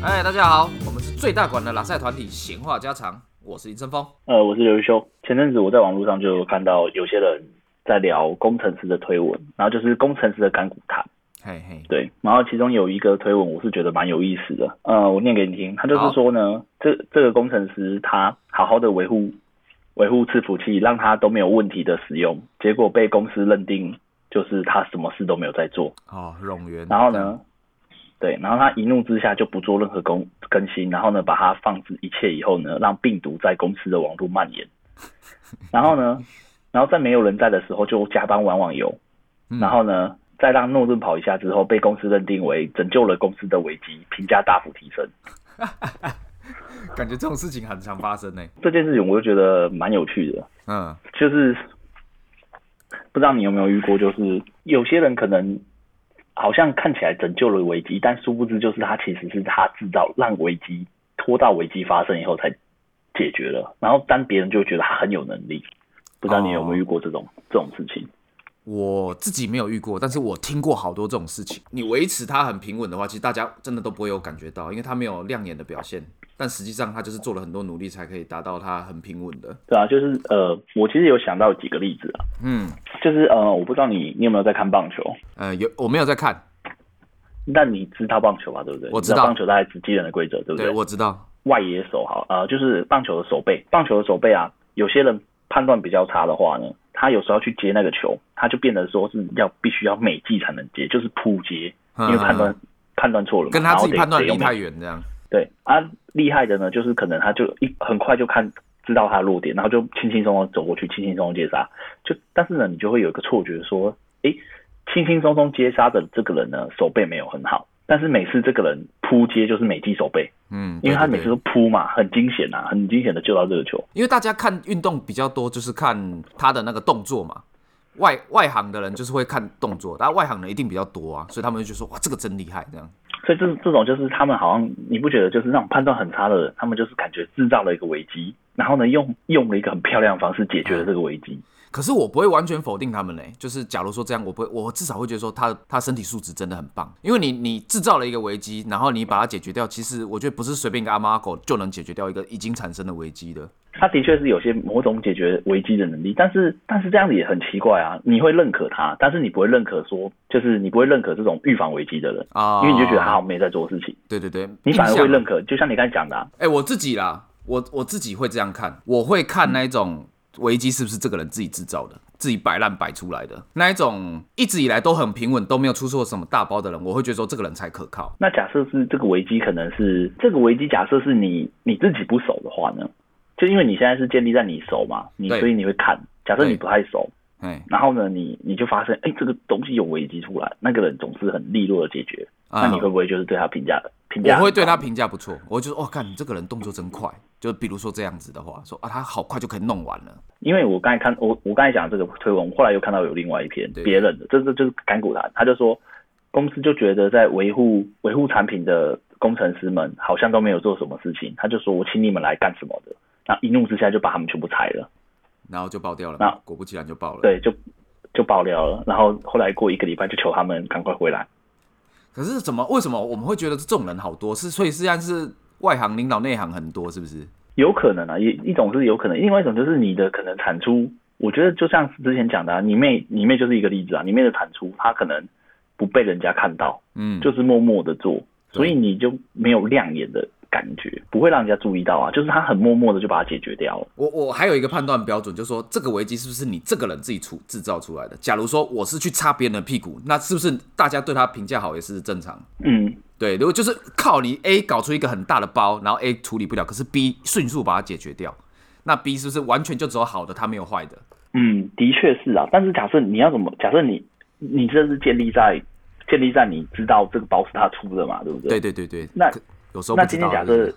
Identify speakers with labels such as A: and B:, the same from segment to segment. A: 嗨，哎大家好，我们是最大馆的拉塞团体闲话家常，我是林正峰。
B: 呃，我是刘一修。前阵子我在网络上就有看到有些人在聊工程师的推文，然后就是工程师的干股谈，
A: 嘿嘿，
B: 对。然后其中有一个推文，我是觉得蛮有意思的。呃，我念给你听，他就是说呢，这这个工程师他好好的维护维护伺服器，让它都没有问题的使用，结果被公司认定就是他什么事都没有在做。
A: 哦，冗员。
B: 然后呢，对，然后他一怒之下就不做任何更更新，然后呢把它放置一切以后呢，让病毒在公司的网络蔓延。然后呢，然后在没有人在的时候就加班玩网游，
A: 嗯？
B: 然后呢再让诺顿跑一下之后，被公司认定为拯救了公司的危机，评价大幅提升。
A: 嗯感觉这种事情很常发生呢。
B: 这件事情我就觉得蛮有趣的，
A: 嗯，
B: 就是不知道你有没有遇过，就是有些人可能好像看起来拯救了危机，但殊不知就是他其实是他制造让危机拖到危机发生以后才解决了，然后但别人就觉得他很有能力。不知道你有没有遇过这种、这种事情？
A: 我自己没有遇过，但是我听过好多这种事情。你维持它很平稳的话，其实大家真的都不会有感觉到，因为它没有亮眼的表现。但实际上，他就是做了很多努力，才可以达到它很平稳的。
B: 对啊，就是呃，我其实有想到几个例子啊，
A: 嗯，
B: 就是呃，我不知道你你有没有在看棒球，
A: 呃，有我没有在看，
B: 但你知道棒球吧，对不对？
A: 我
B: 你
A: 知道
B: 棒球大概几人的规则，对不
A: 对，我知道。
B: 外野手好，呃，就是棒球的手背，棒球的手背啊，有些人判断比较差的话呢，他有时候要去接那个球，他就变得说是要必须要每季才能接，就是扑接，因为判断、
A: 嗯
B: 判断错了嘛，
A: 跟他自己判断
B: 然后
A: 离
B: 得得用
A: 太远这样。
B: 对啊，厉害的呢，就是可能他就一很快就看知道他的弱点，然后就轻轻松松走过去，轻轻松松接杀。就但是呢，你就会有一个错觉说，诶，轻轻松松接杀的这个人呢，手背没有很好，但是每次这个人扑接就是每记手背。
A: 嗯，
B: 因为他
A: 对对
B: 每
A: 对
B: 次都扑嘛，很惊险呐，很惊险的救到这个球。
A: 因为大家看运动比较多，就是看他的那个动作嘛。外外行的人就是会看动作，但外行人一定比较多啊，所以他们就觉得说哇，这个真厉害这样。
B: 所以这这种就是他们好像你不觉得就是那种判断很差的人，他们就是感觉制造了一个危机，然后呢用用了一个很漂亮的方式解决了这个危机。
A: 可是我不会完全否定他们嘞，就是假如说这样，我不会，我至少会觉得说他他身体素质真的很棒，因为你你制造了一个危机，然后你把它解决掉，其实我觉得不是随便一个阿猫阿狗就能解决掉一个已经产生的危机的。
B: 他的确是有些某种解决危机的能力，但是但是这样子也很奇怪啊！你会认可他，但是你不会认可说，就是你不会认可这种预防危机的人，
A: 啊
B: 因为你就觉得他好像没在做事情，
A: 对对对，
B: 你反而
A: 印
B: 会
A: 象啊
B: 认可。就像你刚才讲的、啊，
A: 哎、我自己啦，我我自己会这样看，我会看那一种危机是不是这个人自己制造的，自己摆烂摆出来的那一种，一直以来都很平稳，都没有出错什么大包的人，我会觉得说这个人才可靠。
B: 那假设是这个危机，可能是这个危机，假设是你你自己不熟的话呢？就因为你现在是建立在你熟嘛，你
A: 对
B: 所以你会看。假设
A: 对
B: 你不太熟，
A: 哎，
B: 然后呢，你你就发现，哎、这个东西有危机出来，那个人总是很利落的解决，
A: 啊
B: 那你会不会就是对他评价评价？
A: 我会对他评价不错，我会觉得哦，看你这个人动作真快，就比如说这样子的话，说啊，他好快就可以弄完了。
B: 因为我刚才看我我刚才讲这个推文，我后来又看到有另外一篇
A: 对
B: 别人的，这这就是干股谈，他就说公司就觉得在维护维护产品的工程师们好像都没有做什么事情，他就说我请你们来干什么的，那一怒之下就把他们全部裁了，
A: 然后就爆掉了
B: 那
A: 嘛，果不其然就爆了。，
B: 对，就就爆料了，然后后来过一个礼拜就求他们赶快回来，
A: 可是怎么为什么我们会觉得这种人好多？是所以实际上是外行领导内行很多，是不是？
B: 有可能啊，一一种是有可能，另外一种就是你的可能产出，我觉得就像之前讲的、啊，你妹你妹就是一个例子啊，你妹的产出她可能不被人家看到。
A: 嗯，
B: 就是默默的做，
A: 对
B: 所以你就没有亮眼的感觉，不会让人家注意到啊。就是他很默默的就把它解决掉了。
A: 我我还有一个判断标准，就是说这个危机是不是你这个人自己出制造出来的？假如说我是去擦别人的屁股，那是不是大家对他评价好也是正常？
B: 嗯，
A: 对，如果就是靠你 A 搞出一个很大的包，然后 A 处理不了，可是 B 迅速把它解决掉，那 B 是不是完全就只有好的，他没有坏的？
B: 嗯，的确是啊。但是假设你要怎么？假设你你这是建立在建立在你知道这个包是他出的嘛，对不
A: 对
B: 对？对。
A: 对对对，
B: 那
A: 可有时候
B: 那
A: 不知
B: 今天
A: 道
B: 假
A: 对不
B: 设
A: 对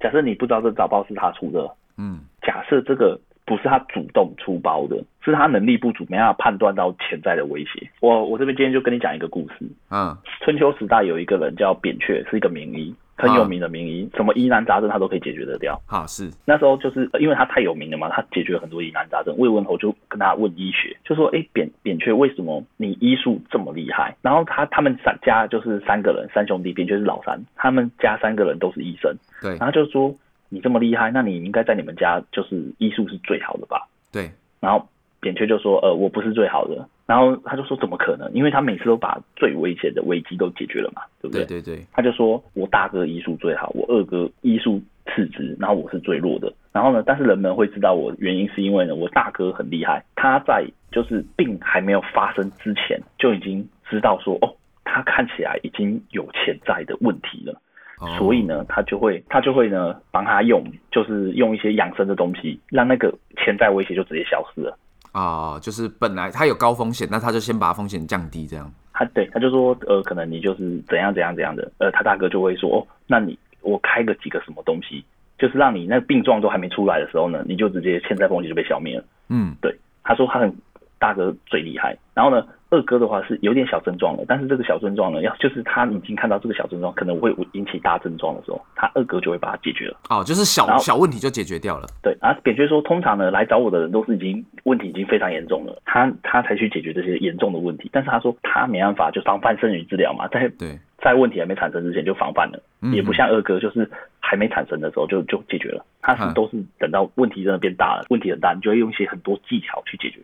B: 假设你不知道这找包是他出的，
A: 嗯，
B: 假设这个不是他主动出包的，是他能力不足，没办法判断到潜在的威胁。我我这边今天就跟你讲一个故事。
A: 嗯
B: 春秋时代有一个人叫扁鹊，是一个名医，很有名的名医，什么疑难杂症他都可以解决得掉。
A: 哈是
B: 那时候就是呃因为他太有名了嘛，他解决了很多疑难杂症。魏文侯就跟他问医学，就说：“哎，扁扁鹊为什么你医术这么厉害？”然后他他们三家就是三个人，三兄弟，扁鹊是老三，他们家三个人都是医生。
A: 对
B: 然后就说：“你这么厉害，那你应该在你们家就是医术是最好的吧？”
A: 对
B: 然后扁鹊就说：“呃，我不是最好的。”然后他就说：“怎么可能？因为他每次都把最危险的危机都解决了嘛，对不
A: 对对对
B: 他就说我大哥医术最好，我二哥医术次之，然后我是最弱的。然后呢，但是人们会知道我原因是因为呢，我大哥很厉害，他在就是病还没有发生之前就已经知道说哦，他看起来已经有潜在的问题了，
A: 哦
B: 所以呢，他就会他就会呢帮他用就是用一些养生的东西，让那个潜在威胁就直接消失了。
A: 啊、就是本来它有高风险，那他就先把风险降低，这样
B: 他对他就说，呃，可能你就是怎样怎样怎样的，呃，他大哥就会说，哦，那你我开个几个什么东西，就是让你那个病状都还没出来的时候呢，你就直接现在风险就被消灭了。
A: 嗯
B: 对，他说他很大哥最厉害，然后呢，二哥的话是有点小症状了，但是这个小症状呢，要就是他已经看到这个小症状可能会引起大症状的时候，他二哥就会把它解决了。
A: 哦，就是
B: 然
A: 小
B: 后
A: 小问题就解决掉了，
B: 对，啊，扁鹊说，通常呢来找我的人都是已经问题已经非常严重了，他他才去解决这些严重的问题，但是他说他没办法，就防范胜于治疗嘛，在
A: 对，
B: 在问题还没产生之前就防范了，
A: 嗯
B: 也不像二哥就是还没产生的时候就就解决了，他是
A: 嗯
B: 都是等到问题真的变大了，问题很大，你就会用一些很多技巧去解决。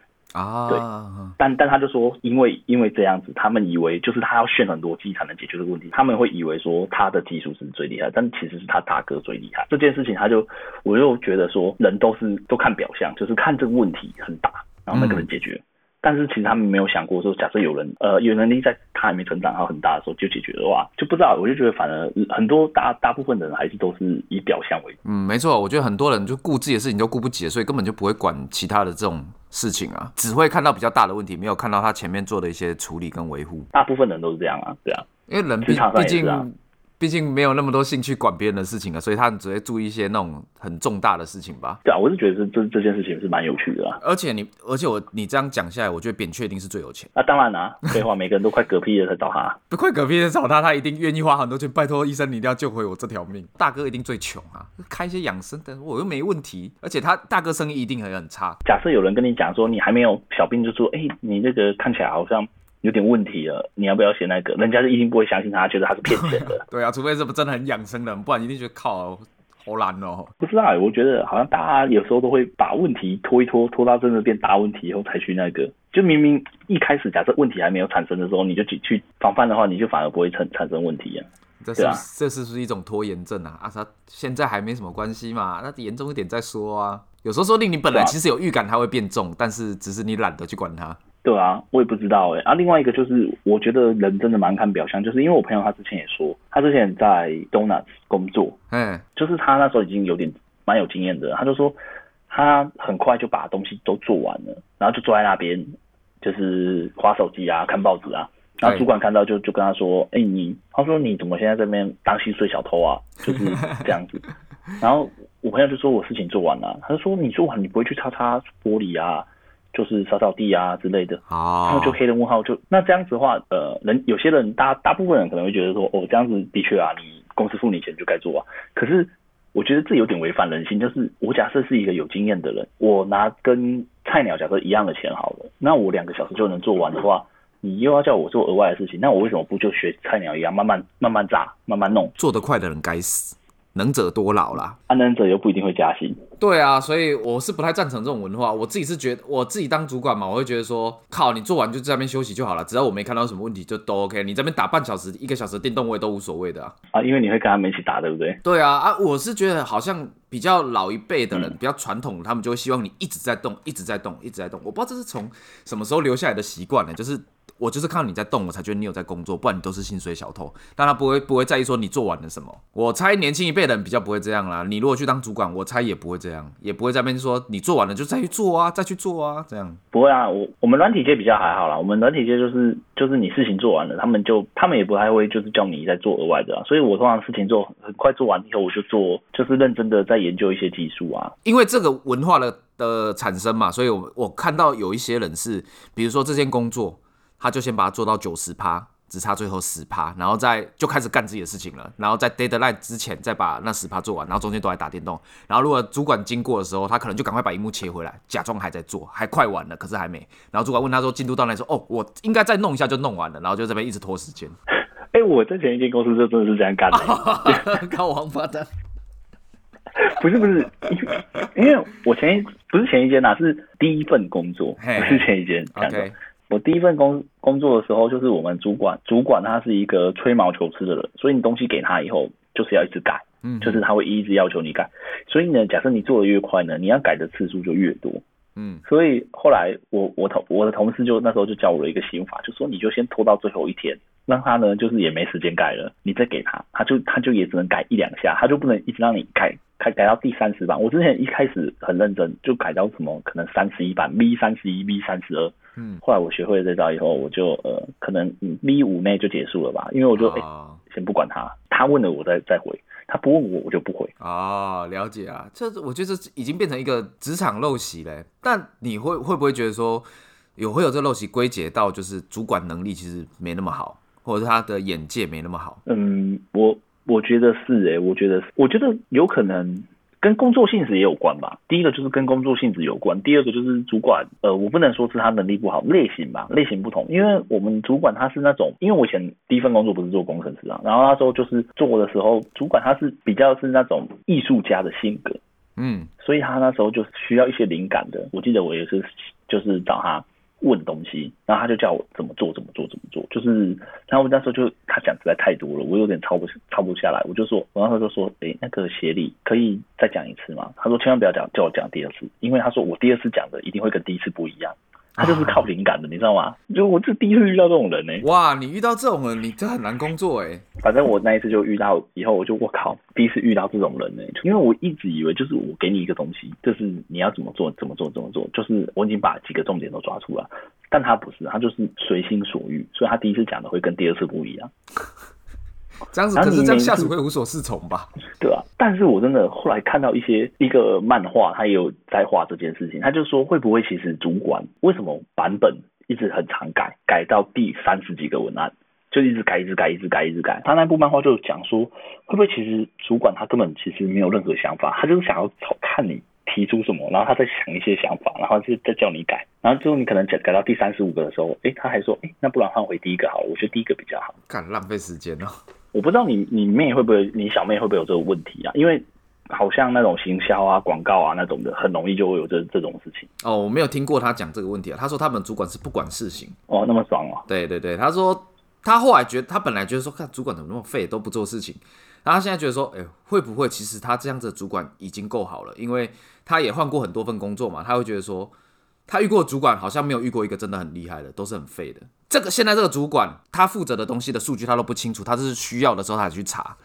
B: 对
A: 嗯啊，
B: 但但他就说，因为因为这样子，他们以为就是他要炫很多技才能解决这个问题，他们会以为说他的技术是最厉害，但其实是他大哥最厉害。这件事情，他就我又觉得说，人都是都看表象，就是看这个问题很大，然后那个人解决。但是其实他们没有想过说，假设有人呃有能力在他还没成长到很大的时候就解决的话，就不知道。我就觉得反而很多大大部分的人还是都是以表象为主。
A: 嗯，没错，我觉得很多人就顾自己的事情都顾不起，所以根本就不会管其他的这种事情啊，只会看到比较大的问题，没有看到他前面做的一些处理跟维护，
B: 大部分人都是这样啊，对啊。
A: 因为人
B: 职
A: 毕
B: 场上
A: 毕
B: 也是啊
A: 竟。毕竟没有那么多兴趣管别人的事情啊，所以他只会注意一些那种很重大的事情吧。
B: 对啊，我是觉得这这这件事情是蛮有趣的啊。
A: 而且你，而且我你这样讲下来，我觉得扁鹊一定是最有钱。
B: 那、当然啦、废话，每个人都快嗝屁了才找他。
A: 不快嗝屁的找他，他一定愿意花很多钱。拜托医生，你一定要救回我这条命。大哥一定最穷啊，开一些养生的，我又没问题。而且他大哥生意一定很很差，
B: 假设有人跟你讲说你还没有小病，就说哎、你这个看起来好像有点问题了，你要不要写那个？人家就一定不会相信他，觉得他是骗钱 的。
A: 对啊，除非是不真的很养生的人，不然一定觉得靠好懒哦。
B: 不知道、欸，我觉得好像大家有时候都会把问题拖一拖，拖到真的变大问题以后才去那个。就明明一开始假设问题还没有产生的时候，你就去去防范的话，你就反而不会产产生问题啊。
A: 这是、
B: 对啊
A: 这是不是一种拖延症啊？啊，他现在还没什么关系嘛，那严重一点再说啊。有时候说不定你本来
B: 对啊
A: 其实有预感它会变重，但是只是你懒得去管它。
B: 对啊，我也不知道哎、啊，另外一个就是，我觉得人真的蛮看表象，就是因为我朋友他之前也说，他之前在 Donuts 工作，
A: 嗯，
B: 就是他那时候已经有点蛮有经验的，他就说他很快就把东西都做完了，然后就坐在那边就是划手机啊、看报纸啊。然后主管看到就就跟他说：“哎、你，他说你怎么现在这边当薪水小偷啊？就是这样子。”然后我朋友就说：“我事情做完了。”他就说：“你做完你不会去擦擦玻璃啊，就是扫扫地啊之类的。”然
A: 好
B: 后，就黑人问号就那这样子的话，呃，人有些人大大部分人可能会觉得说，哦，这样子的确啊，你公司付你钱就该做啊。可是我觉得这有点违反人性，就是我假设是一个有经验的人，我拿跟菜鸟假设一样的钱好了，那我两个小时就能做完的话，你又要叫我做额外的事情，那我为什么不就学菜鸟一样慢慢慢慢炸，慢慢弄？啊
A: 做得快的人该死，能者多劳啦。
B: 安能者又不一定会加薪。
A: 对啊，所以我是不太赞成这种文化。我自己是觉得，我自己当主管嘛，我会觉得说，靠，你做完就在那边休息就好了，只要我没看到什么问题就都 OK。你这边打半小时、一个小时的电动我也都无所谓的啊。
B: 啊，因为你会跟他们一起打，对不对？
A: 对啊，啊，我是觉得好像比较老一辈的人，比较传统，他们就会希望你一直在动，一直在动，一直在动。我不知道这是从什么时候留下来的习惯呢？就是我就是看到你在动，我才觉得你有在工作，不然你都是薪水小偷。但他不会不会在意说你做完了什么。我猜年轻一辈的人比较不会这样啦。你如果去当主管，我猜也不会这样，也不会在那边说你做完了就再去做啊，再去做啊，这样。
B: 不会啊，我我们软体界比较还好啦，我们软体界就是就是你事情做完了，他们就他们也不太会就是叫你再做额外的啊，所以我通常事情做很快做完以后，我就做就是认真的在研究一些技术啊，
A: 因为这个文化的的产生嘛，所以我我看到有一些人是，比如说这件工作，他就先把它做到九十趴，只差最后十趴，然后再就开始干自己的事情了，然后在 deadline 之前再把那十趴做完，然后中间都还打电动，然后如果主管经过的时候，他可能就赶快把荧幕切回来，假装还在做，还快完了，可是还没，然后主管问他说进度到哪里，说哦，我应该再弄一下就弄完了，然后就这边一直拖时 间，
B: 哎、我之前一间公司就真的是这样干的、
A: 哦搞王八 蛋，
B: 不是不是，因为因为我前一不是前一间呐、是第一份工作，
A: 嘿
B: 不是前一间。这样
A: OK
B: 子我第一份工工作的时候，就是我们主管，主管他是一个吹毛求疵的人，所以你东西给他以后，就是要一直改，
A: 嗯，
B: 就是他会一直要求你改。所以呢，假设你做的越快呢，你要改的次数就越多。
A: 嗯
B: 所以后来我我同我的同事就那时候就教我了一个心法，就说你就先拖到最后一天，让他呢就是也没时间改了，你再给他，他就他就也只能改一两下，他就不能一直让你改改改到第三十版。我之前一开始很认真，就改到什么可能三十一版 V 三十一 V 三十二，
A: 嗯，
B: 后来我学会了这招以后，我就呃可能 V 五内就结束了吧，因为我就、哎
A: 啊
B: 先不管他，他问了我再再回，他不问我我就不回。
A: 哦，了解啊，这我觉得这已经变成一个职场陋习嘞。但你会会不会觉得说，有会有这陋习归结到就是主管能力其实没那么好，或者是他的眼界没那么好？
B: 嗯，我我觉得是诶、欸我觉得是我觉得有可能跟工作性质也有关吧。第一个就是跟工作性质有关，第二个就是主管，呃，我不能说是他能力不好，类型吧，类型不同。因为我们主管他是那种，因为我以前第一份工作不是做工程师啊，然后那时候就是做的时候，主管他是比较是那种艺术家的性格，
A: 嗯
B: 所以他那时候就需要一些灵感的。我记得我也是，就是找他问东西，然后他就叫我怎么做，怎么做，怎么做。就是，然后我那时候就他讲实在太多了，我有点抄不抄不下来。我就说，我那时候就说，诶，那个协理可以再讲一次吗？他说千万不要讲，叫我讲第二次，因为他说我第二次讲的一定会跟第一次不一样。他就是靠灵感的，你知道吗？就我这第一次遇到这种人呢、
A: 哇，你遇到这种人，你这很难工作哎。
B: 反正我那一次就遇到，以后我就我靠，第一次遇到这种人呢、因为我一直以为就是我给你一个东西，就是你要怎么做怎么做怎么做，就是我已经把几个重点都抓出来，但他不是，他就是随心所欲，所以他第一次讲的会跟第二次不一样，
A: 这样子，
B: 然
A: 可
B: 后
A: 是
B: 你
A: 这样
B: 每
A: 下属
B: 次
A: 会无所适从吧？
B: 对吧、但是我真的后来看到一些一个漫画，他也有在画这件事情，他就说会不会其实主管为什么版本一直很常改，改到第三十几个文案，就一直改，一直改，一直改，一直改。他那部漫画就讲说，会不会其实主管他根本其实没有任何想法，他就是想要瞅看你提出什么，然后他再想一些想法，然后就再叫你改，然后最后你可能改改到第三十五个的时候，诶，他还说，诶，那不然换回第一个好了，我觉得第一个比较好。
A: 干，浪费时间哦。
B: 我不知道你你妹会不会，你小妹会不会有这个问题啊？因为好像那种行销啊、广告啊那种的，很容易就会有这这种事情。
A: 哦，我没有听过他讲这个问题啊。他说他们主管是不管事情。
B: 哦，那么爽哦、
A: 对对对，他说他后来觉得，他本来觉得说，看主管怎么那么废，都不做事情。然后他现在觉得说，哎、会不会其实他这样子的主管已经够好了？因为他也换过很多份工作嘛，他会觉得说，他遇过的主管好像没有遇过一个真的很厉害的，都是很废的。这个现在这个主管他负责的东西的数据他都不清楚，他是需要的时候他才去查，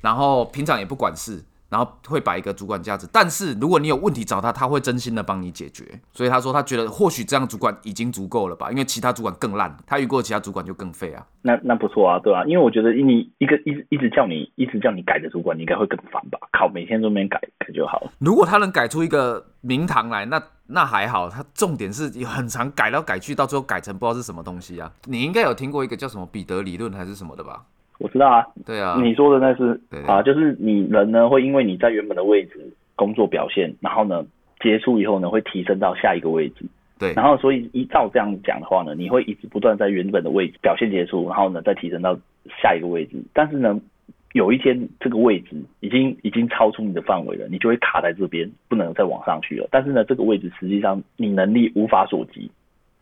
A: 然后平常也不管事。然后会摆一个主管架子，但是如果你有问题找他，他会真心的帮你解决。所以他说他觉得或许这样主管已经足够了吧，因为其他主管更烂，他遇过其他主管就更废啊。
B: 那那不错啊，对啊，因为我觉得你一个一直一直叫你一直叫你改的主管，你应该会更烦吧？靠，每天都没人改改就好了。
A: 如果他能改出一个名堂来，那那还好。他重点是很常改来改去，到最后改成不知道是什么东西啊。你应该有听过一个叫什么彼得理论还是什么的吧？
B: 我知道啊，
A: 对啊，
B: 你说的那是
A: 对
B: 啊，就是你人呢会因为你在原本的位置工作表现，然后呢结束以后呢会提升到下一个位置，
A: 对
B: 然后所以依照这样讲的话呢，你会一直不断在原本的位置表现结束，然后呢再提升到下一个位置，但是呢有一天这个位置已经已经超出你的范围了，你就会卡在这边，不能再往上去了。但是呢这个位置实际上你能力无法所及，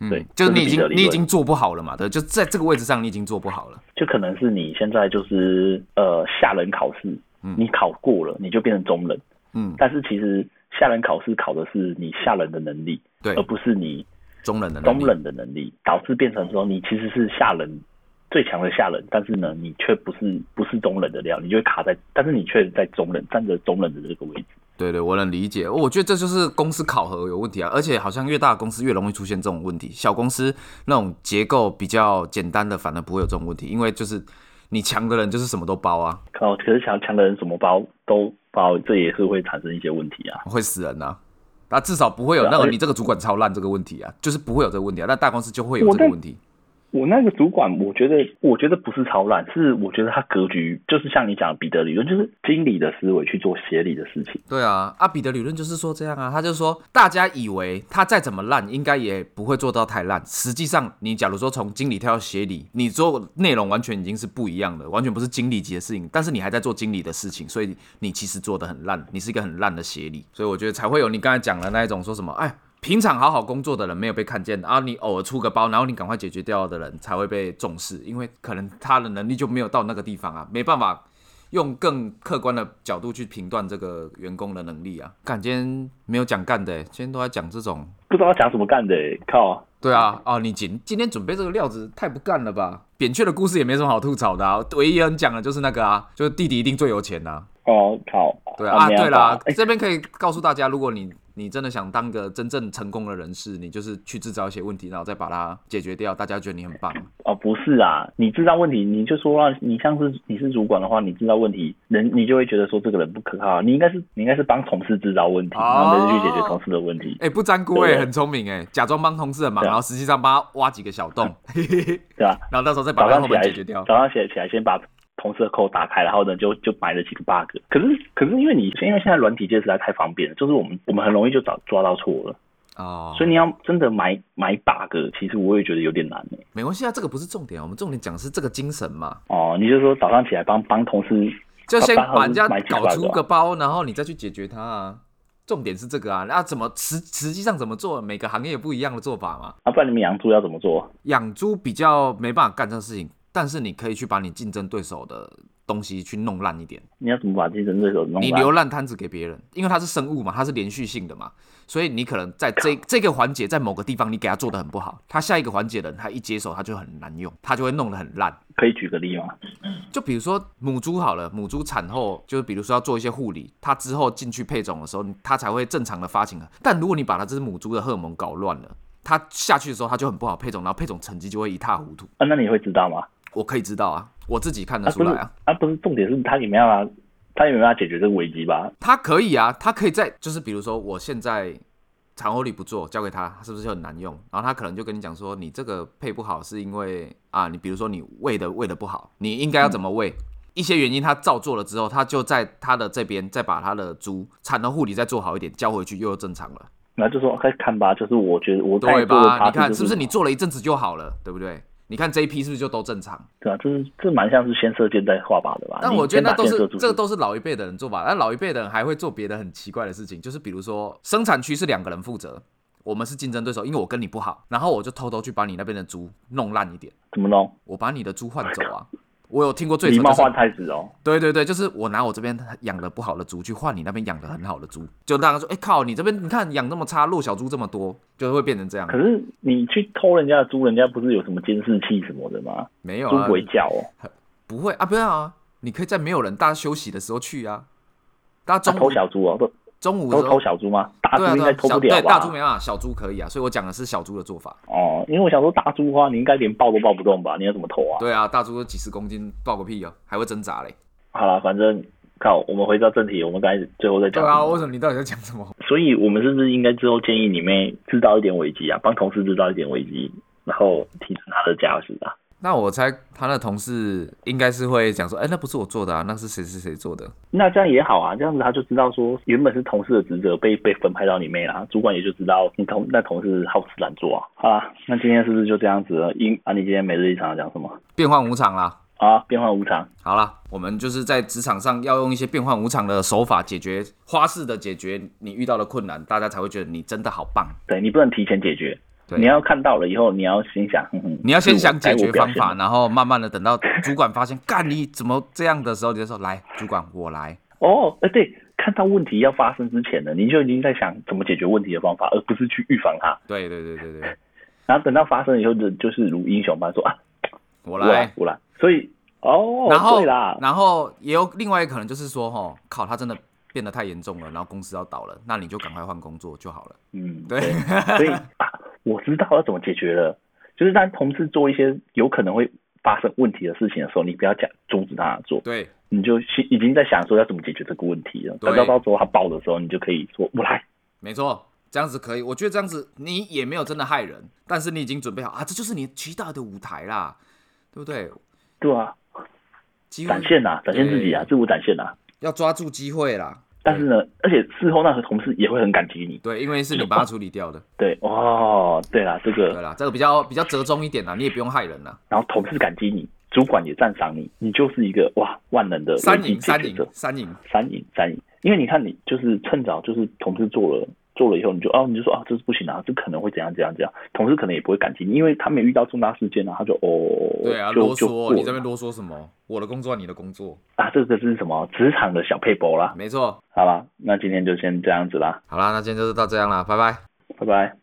B: 对
A: 嗯，就是你已
B: 这是彼得
A: 经
B: 理论
A: 你已经做不好了嘛，对，就在这个位置上你已经做不好了。
B: 就可能是你现在就是呃下人考试，
A: 嗯
B: 你考过了，你就变成中人。
A: 嗯，
B: 但是其实下人考试考的是你下人的能力，
A: 对
B: 而，不是你
A: 中人的能力
B: 中人的能力，导致变成说你其实是下人最强的下人，但是呢，你却不是不是中人的料，你就会卡在，但是你却在中人站着中人的这个位置。
A: 对对，我能理解。我觉得这就是公司考核有问题啊，而且好像越大的公司越容易出现这种问题。小公司那种结构比较简单的，反而不会有这种问题，因为就是你强的人就是什么都包啊，
B: 靠，可是强强的人什么包都包，这也是会产生一些问题啊。
A: 会死人啊。那至少不会有
B: 对啊
A: 那个
B: 而且
A: 你这个主管超烂这个问题啊，就是不会有这个问题啊。那大公司就会有
B: 我
A: 这个
B: 在
A: 问题。
B: 我那个主管，我觉得，我觉得不是超烂，是我觉得他格局就是像你讲的彼得理论，就是经理的思维去做协理的事情。
A: 对啊，阿比的理论就是说这样啊，他就说大家以为他再怎么烂，应该也不会做到太烂。实际上，你假如说从经理跳到协理，你做内容完全已经是不一样的，完全不是经理级的事情，但是你还在做经理的事情，所以你其实做的很烂，你是一个很烂的协理。所以我觉得才会有你刚才讲的那一种说什么，哎。平常好好工作的人没有被看见啊，你偶尔出个包，然后你赶快解决掉的人才会被重视，因为可能他的能力就没有到那个地方啊，没办法用更客观的角度去评断这个员工的能力啊。干，今天没有讲干的、欸今天都在讲这种。
B: 不知道要讲什么干的、欸，靠！
A: 对啊，哦，你今今天准备这个料子太不干了吧？扁鹊的故事也没什么好吐槽的啊，唯一能讲的就是那个啊，就是弟弟一定最有钱呐、啊。
B: 哦，靠！
A: 对啊，啊
B: 没办哎
A: 对
B: 法
A: 啦，这边可以告诉大家，如果你你真的想当个真正成功的人士，你就是去制造一些问题，然后再把它解决掉，大家觉得你很棒。
B: 哦，不是啊，你知道问题，你就说啊，你像是你是主管的话，你知道问题，人你就会觉得说这个人不可靠，你应该是你应该是帮同事制造问题，
A: 哦
B: 然后再去解决同事的问题，
A: 哎、不沾锅哎、
B: 对
A: 很聪明哎、假装帮同事很忙，
B: 对啊
A: 然后实际上帮他挖几个小洞，嘿嘿嘿
B: 对吧、
A: 然后到时候再把
B: 早
A: 他
B: 上
A: 后
B: 起
A: 面
B: 来
A: 解决掉，。
B: 早上起来起来先把同事的扣打开，然后呢就就埋了几个 bug。可是可是因为你因为现在软体界实在太方便了，就是我们我们很容易就找抓到错了，
A: 哦，
B: 所以你要真的埋埋 bug，其实我也觉得有点难欸
A: 没关系啊，这个不是重点啊，我们重点讲的是这个精神嘛，
B: 哦，你就说早上起来帮帮同事
A: 就先
B: 把把
A: 把人家
B: 买几
A: 搞
B: 块
A: 出
B: 吧
A: 个包，然后你再去解决它啊。重点是这个啊，那、怎么实实际上怎么做，每个行业有不一样的做法嘛。
B: 啊，不然你们养猪要怎么做？
A: 养猪比较没办法干这事情，但是你可以去把你竞争对手的东西去弄烂一点，
B: 你要怎么把竞争对手弄
A: 你
B: 烂
A: 留？烂摊子给别人，因为它是生物嘛，它是连续性的嘛，所以你可能在这这个环节在某个地方你给他做的很不好，他下一个环节的人他一接手他就很难用，他就会弄得很烂。
B: 可以举个例吗？
A: 就比如说母猪好了，母猪产后就是比如说要做一些护理，它之后进去配种的时候，它才会正常的发情。啊但如果你把它这只母猪的荷尔蒙搞乱了，它下去的时候它就很不好配种，然后配种成绩就会一塌糊涂。
B: 啊，那你会知道吗？
A: 我可以知道啊，我自己看得
B: 啊，
A: 出
B: 不是
A: 来啊。
B: 啊，不是，重点是他也没办法，他也没办法解决这个危机吧？
A: 他可以啊，他可以在就是比如说我现在产后力不做，交给他，他是不是就很难用？然后他可能就跟你讲说，你这个配不好是因为啊，你比如说你喂的喂的不好，你应该要怎么喂？一些原因他照做了之后，他就在他的这边再把他的猪产后护理再做好一点，交回去又正常了，
B: 然后就说，看看吧，就是我觉得我在
A: 对
B: 做的
A: 吧？你
B: 爬式就
A: 看是不是你做了一阵子就好了，对不对？你看这一批是不是就都正常？
B: 对啊，这是这蛮像是先射箭再画靶的吧？
A: 但
B: 啊你
A: 我觉得那
B: 先把
A: 都是
B: 箭射出去
A: 这个都是老一辈的人做法，但老一辈的人还会做别的很奇怪的事情，就是比如说生产区是两个人负责，我们是竞争对手，因为我跟你不好，然后我就偷偷去把你那边的猪弄烂一点，
B: 怎么弄？
A: 我把你的猪换走 啊。我有听过最
B: 狸
A: 扯
B: 猫
A: 就是
B: 换太子哦，
A: 对对对，就是我拿我这边养的不好的猪去换你那边养的很好的猪，就大家说，哎、靠，你这边你看养那么差，弱小猪这么多，就会变成这样
B: 可。是你去偷人家的猪，人家不是有什么监视器什么的吗？
A: 没有
B: 猪
A: 啊，
B: 鬼叫哦，
A: 不会啊，不要啊，你可以在没有人大家休息的时候去啊，大
B: 他
A: 家中
B: 偷
A: 午、
B: 小猪哦，都
A: 中午的
B: 都
A: 时候
B: 偷小猪吗？大
A: 对啊，
B: 猪应
A: 对
B: 该
A: 啊，
B: 偷
A: 小
B: 不掉
A: 对大猪
B: 吧？
A: 没办法，小猪可以啊，所以我讲的是小猪的做法。
B: 哦，因为我想说大猪的话，你应该连抱都抱不动吧？你要怎么偷啊？
A: 对啊，大猪几十公斤，抱个屁哦，还会挣扎嘞。
B: 好了，反正靠，我们回到正题，我们刚才最后再
A: 对
B: 讲什
A: 啊，
B: 么。
A: 为什么你到底在讲什么？
B: 所以我们是不是应该之后建议你妹制造一点危机啊，帮同事制造一点危机，然后提升他的价值啊？
A: 那我猜他的同事应该是会讲说，哎，那不是我做的啊，那是谁谁谁做的。
B: 那这样也好啊，这样子他就知道说，原本是同事的职责被被分派到你妹啦，主管也就知道你同那同事好吃懒做啊。好啦，那今天是不是就这样子了？因啊，你今天每日一场要讲什么
A: 变幻无常啦。
B: 啊？变幻无常，
A: 好啦，我们就是在职场上要用一些变幻无常的手法解决花式的解决你遇到的困难，大家才会觉得你真的好棒。
B: 对你不能提前解决，
A: 对
B: 你要看到了以后，你要心想，哼哼，
A: 你要先想解决方
B: 是我该我表现
A: 法，
B: 了。
A: 然后慢慢的等到主管发现，干你怎么这样的时候，你就说来，主管我来。
B: 哦，哎、对，看到问题要发生之前呢，你就已经在想怎么解决问题的方法，而不是去预防它。
A: 对对对对对，
B: 然后等到发生以后，就就是如英雄般说啊，
A: 我
B: 我
A: 来。
B: 我来。所以哦，
A: 然后
B: 对啦，
A: 然后也有另外一个可能就是说，哦，靠，他真的变得太严重了，然后公司要倒了，那你就赶快换工作就好了。
B: 嗯，
A: 对，
B: 所以啊，我知道要怎么解决了，就是当同事做一些有可能会发生问题的事情的时候，你不要讲终止他的做，
A: 对
B: 你就心已经在想说要怎么解决这个问题了。
A: 对
B: 等到到时候他爆的时候，你就可以说我来。
A: 没错，这样子可以，我觉得这样子你也没有真的害人，但是你已经准备好啊，这就是你期待的舞台啦，对不对？
B: 对啊，
A: 机会
B: 展现呐、展现自己啊，
A: 对
B: 自我展现呐、
A: 要抓住机会啦。
B: 但是呢，而且事后那个同事也会很感激你。
A: 对，因为是你帮他处理掉的，
B: 对，哦，对啦，这
A: 对
B: 个，
A: 啦，这个比较比较折中一点啦，你也不用害人啦。
B: 然后同事感激你，主管也赞赏你，你就是一个哇万能的
A: 三
B: 危机
A: 赢，
B: 解
A: 三
B: 决
A: 赢
B: 者，，
A: 三赢，
B: 三赢，三赢。因为你看，你就是趁早，就是同事做了做了以后，你就哦，你就说啊，这是不行啊，这可能会怎样怎样怎样。同事可能也不会感激你，因为他没有遇到重大事件啊，他就哦，
A: 对啊，
B: 就
A: 啰
B: 就
A: 嗦，
B: 过
A: 你这
B: 了
A: 边啰嗦什么？我的工作，你的工作，
B: 啊，这个是什么职场的小配博啦。
A: 没错。
B: 好啦，那今天就先这样子啦，
A: 好啦，那今天就是到这样啦，拜拜。
B: 拜拜。